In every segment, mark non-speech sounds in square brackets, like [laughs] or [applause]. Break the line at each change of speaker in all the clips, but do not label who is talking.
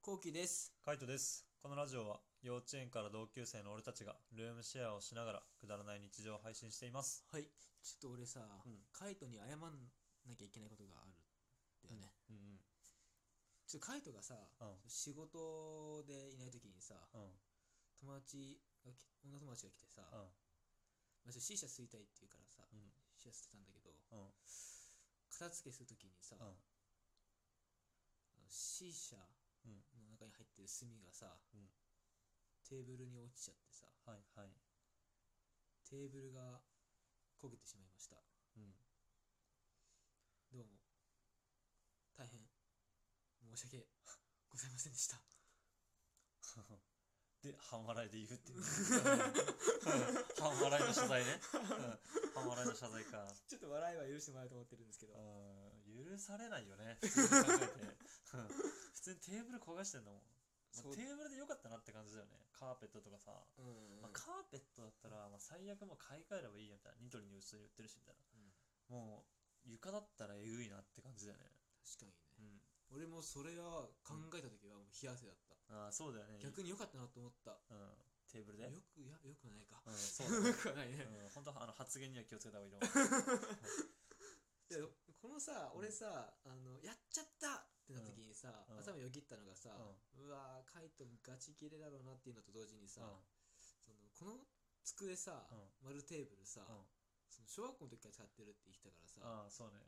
こうきです。
カイトです。このラジオは幼稚園から同級生の俺たちがルームシェアをしながらくだらない日常を配信しています。
はい。ちょっと俺さ、
うん
カイトに謝んなきゃいけないことがあるんだよね。
うん
ちょっとカイトがさ、
うん
仕事でいないときにさ、
うんうん
友達がき、女友達が来てさ、
うん
まあ、ちょっと C 社吸いたいって言うからさ、
うん
C 社吸ってたんだけど、
うん
片付けするときにさ、
うん
あの C 社
うん
の中に入ってる炭がさ、
うん
テーブルに落ちちゃってさ、
はいはい
テーブルが焦げてしまいました。
うん
どうも、大変、申し訳 [laughs] ございませんでした。
で半笑いで言うっていう半笑いの謝罪ね、うん、半笑いの謝罪か
ちょっと笑いは許してもらおうと思ってるんですけど、
うん許されないよね普通に考えてうん普通にテーブル焦がしてんだもん、まあ
そう
テーブルでよかったなって感じだよねカーペットとかさ、
うん
まあ、カーペットだったら、まあ、最悪もう買い替えればいいやみたいなニトリにうちに売ってるしみたい
うん
なもう床だったらえぐいなって感じだよね
確かにね。
うん
俺もそれは考えた時はもう冷や汗だった。
ああそうだよね
逆に良かったなと思った。
うんテーブルで
よく、いや、よくはない [laughs] か。
うんそうだね
よくはないね。
うん本当はあの発言には気をつけた方がいいと思う
でこのさ、
うん
俺さ、あの、やっちゃったってなった時にさ、
うん
頭よぎったのがさ、うわー、カイトガチ切れだろうなっていうのと同時にさ、
うん
[laughs] そのこの机さ、
う
丸テーブルさ、
うん
その小学校の時から使ってるって言ってたからさ、
ああそうね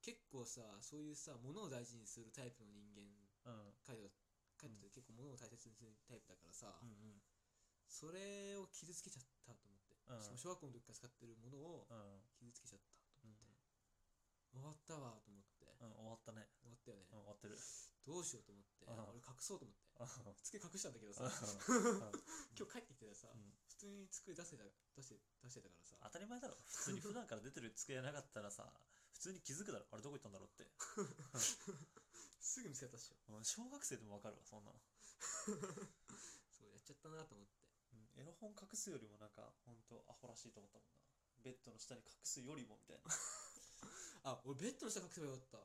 結構さそういうさ物を大事にするタイプの人間
うん
彼は彼って結構物を大切にするタイプだからさ、
うんうん
それを傷つけちゃったと思って、
うん
しかも小学校の時から使ってるものを
う
傷
ん
つけちゃったと
う
思
ん
って、終わったわと思って、
うん終わったね
終わったよね、
うん終わってる
どうしようと思って、
うん
俺隠そうと思って
うん
机隠したんだけどさ、
うんうん
今日帰ってきてたらさ、[laughs]
[laughs] うん
普通に机出せた出して出してたからさ
当たり前だろ普通に普段から出てる机なかったらさ普通に気づくだろあれどこ行ったんだろうって
すぐ見つかったっしょ
うん小学生でもわかるわそんなの
そうやっちゃったなと思って
うんエロ本隠すよりもなんか本当アホらしいと思ったもんなベッドの下に隠すよりもみたい
[laughs]
な
あ俺ベッドの下隠せばよかった
あ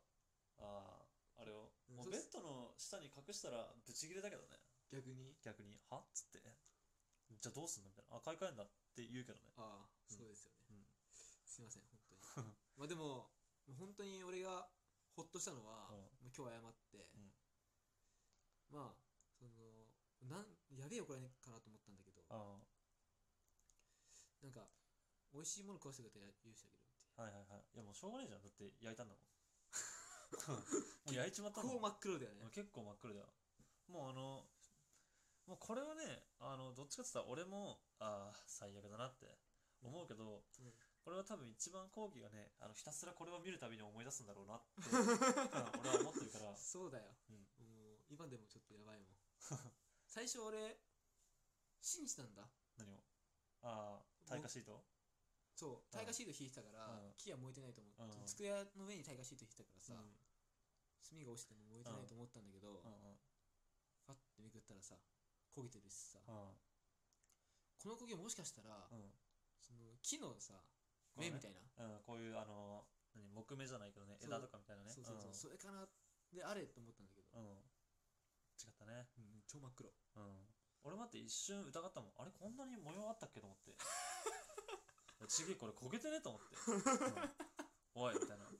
ああれを
うん
も
そうう
ベ
で
ッ
す
ドの下に隠したらブチギレだけどね
逆に
逆にはっつってじゃあどうすんのみたいなあ買い替えんだって言うけどね
ああ
うん
そうですよね、
うん
すいません本当に
[laughs]
まあでももう本当に俺がほっとしたのは、
うん
もう今日謝って、
うん
まあそのなんやべえ怒られるかなと思ったんだけど
あ
なんか美味しいもの食わせてくれって言うしたけど
あはいはいはいいやもうしょうがねえじゃんだって焼いたんだ
[laughs]
[laughs] もんもう焼いちまったんだ
こうん
も
真っ黒だよね
うん結構真っ黒だよもうあのもうこれはねあのどっちかって言ったら俺もああ最悪だなって思うけど
うん
これは多分一番後期がねあのひたすらこれを見るたびに思い出すんだろうなってうん俺は思って
[laughs]
るから
そうだよ、
うん
もう今でもちょっとやばいもん
[laughs]
最初俺信じたんだ
何をああ耐火シート
そう耐火シート引いてたから、
うん
木は燃えてないと思って、
うん
机の上に耐火シート引いてたからさ、
う
炭が落ちても燃えてないと思ったんだけど、
んうん
パッてめくったらさ焦げてるしさ、
うん
この焦げもしかしたら、
うん
その木のさ
この
芽
ね
みたいな、
うんこういうあの何木目じゃないけどね
そう
枝とかみたいなね
そうそうそう、それかなであれと思ったんだけど、
うんうん違ったね
うん超真っ黒
うん俺もだって一瞬疑ったもんあれこんなに模様あったっけと思っ
[laughs]
ていやちげえこれ焦げてねと思って、うんおいみたいな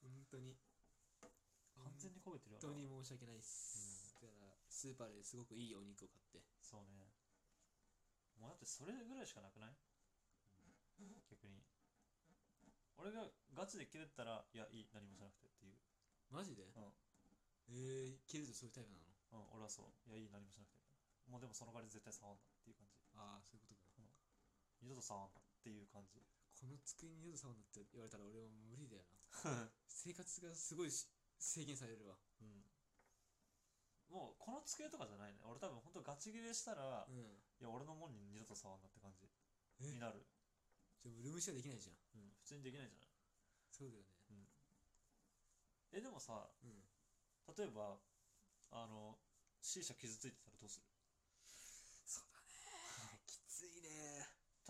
本当に
完全に焦げてるよな
本当に申し訳ないっす、だからスーパーですごくいいお肉を買って
そうね。もうだってそれぐらいしかなくない逆に。俺がガチで切れてたら、いや、いい、何もしなくてっていう。
マジで、
うん。
えー、切るとそういうタイプなの
うん、俺はそう。いや、いい、何もしなくて。もうでもその代わり絶対触んなっていう感じ。
ああそういうことか
二度と触んなっていう感じ。
この机に二度と触るなって言われたら俺は無理だよな
[laughs]
生活がすごいし制限されるわ
うん。もうこの机とかじゃないね。俺多分ほんとガチ切れしたら、
う
い
ん
や、俺のもんに二度と触んなって感じ
え
になる。
じゃあルームシェアできないじゃん
うん、普通にできないじゃない。
そうだよね
うん。え、でもさ、
うん
例えばあの C 社傷ついてたらどうする
そうだね [laughs] きついね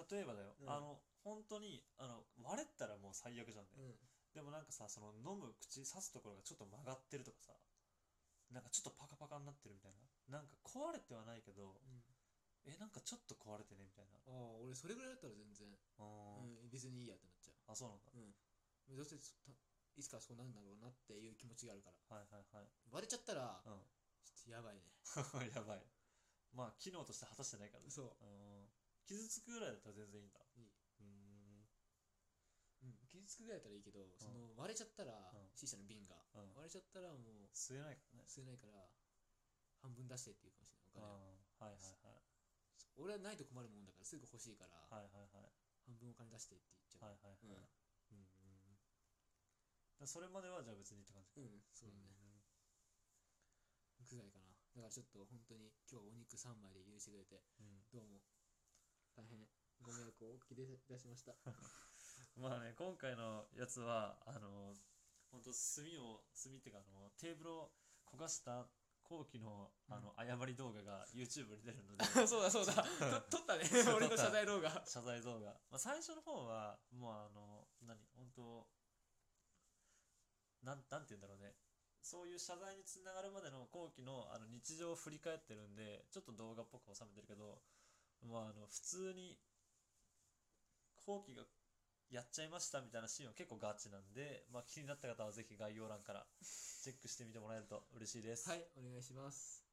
例えばだよ、
うん
あの本当にあの割れたらもう最悪じゃんね、
うん
でもなんかさその飲む口刺すところがちょっと曲がってるとかさなんかちょっとパカパカになってるみたいななんか壊れてはないけど
うん、
えなんかちょっと壊れてねみたいな
ああ俺それぐらいだったら全然、
あー、
うん、別にいいやってなっちゃ
あそうなんだ
ううんどうせそたいつかそうなるんだろうなっていう気持ちがあるから
はいはいはい
バレちゃったら、
う
ちょ
ん
っとやばいね
[laughs] やばい。まあ、機能として果たしてないからね。
そ
うん傷つくぐらいだったら全然いいんだ。
いいう
ーん。
う、うん、傷つくぐらいだったらいいけど、その割れちゃったら、
ん
C 社の瓶が、
うん
割れちゃったらもう
吸えないからね。
吸えないから半分出してっていうかもしれないお
うん
金を
はいはいはい。
俺はないと困るもんだからすぐ欲しいから、
はいはいはい。
半分お金出してって言っちゃう、
はいはいはい。
うん
うーん。だからそれまではじゃあ別にって感じか。
うんそうだね、ぐらいかなだからちょっと本当に今日はお肉3枚で許してくれて
うん
どうも大変ご迷惑をおかけでいたしました
まあね、今回のやつは、あの、本当炭を、炭っていうか、あの、テーブルを焦がした後期の、あの、誤り動画が YouTube に出るので、
[laughs] そうだそうだと撮ったね [laughs]
俺の謝罪
動画
謝罪動画、まあ、最初の方はもうあの何本当なんなんて言うんだろうねそういう謝罪につながるまでの後期のあの日常を振り返ってるんでちょっと動画っぽく収めてるけど、まあ、あの普通に後期がやっちゃいましたみたいなシーンは結構ガチなんで、まあ、気になった方はぜひ概要欄からチェックしてみてもらえると嬉しいです。
はいお願いします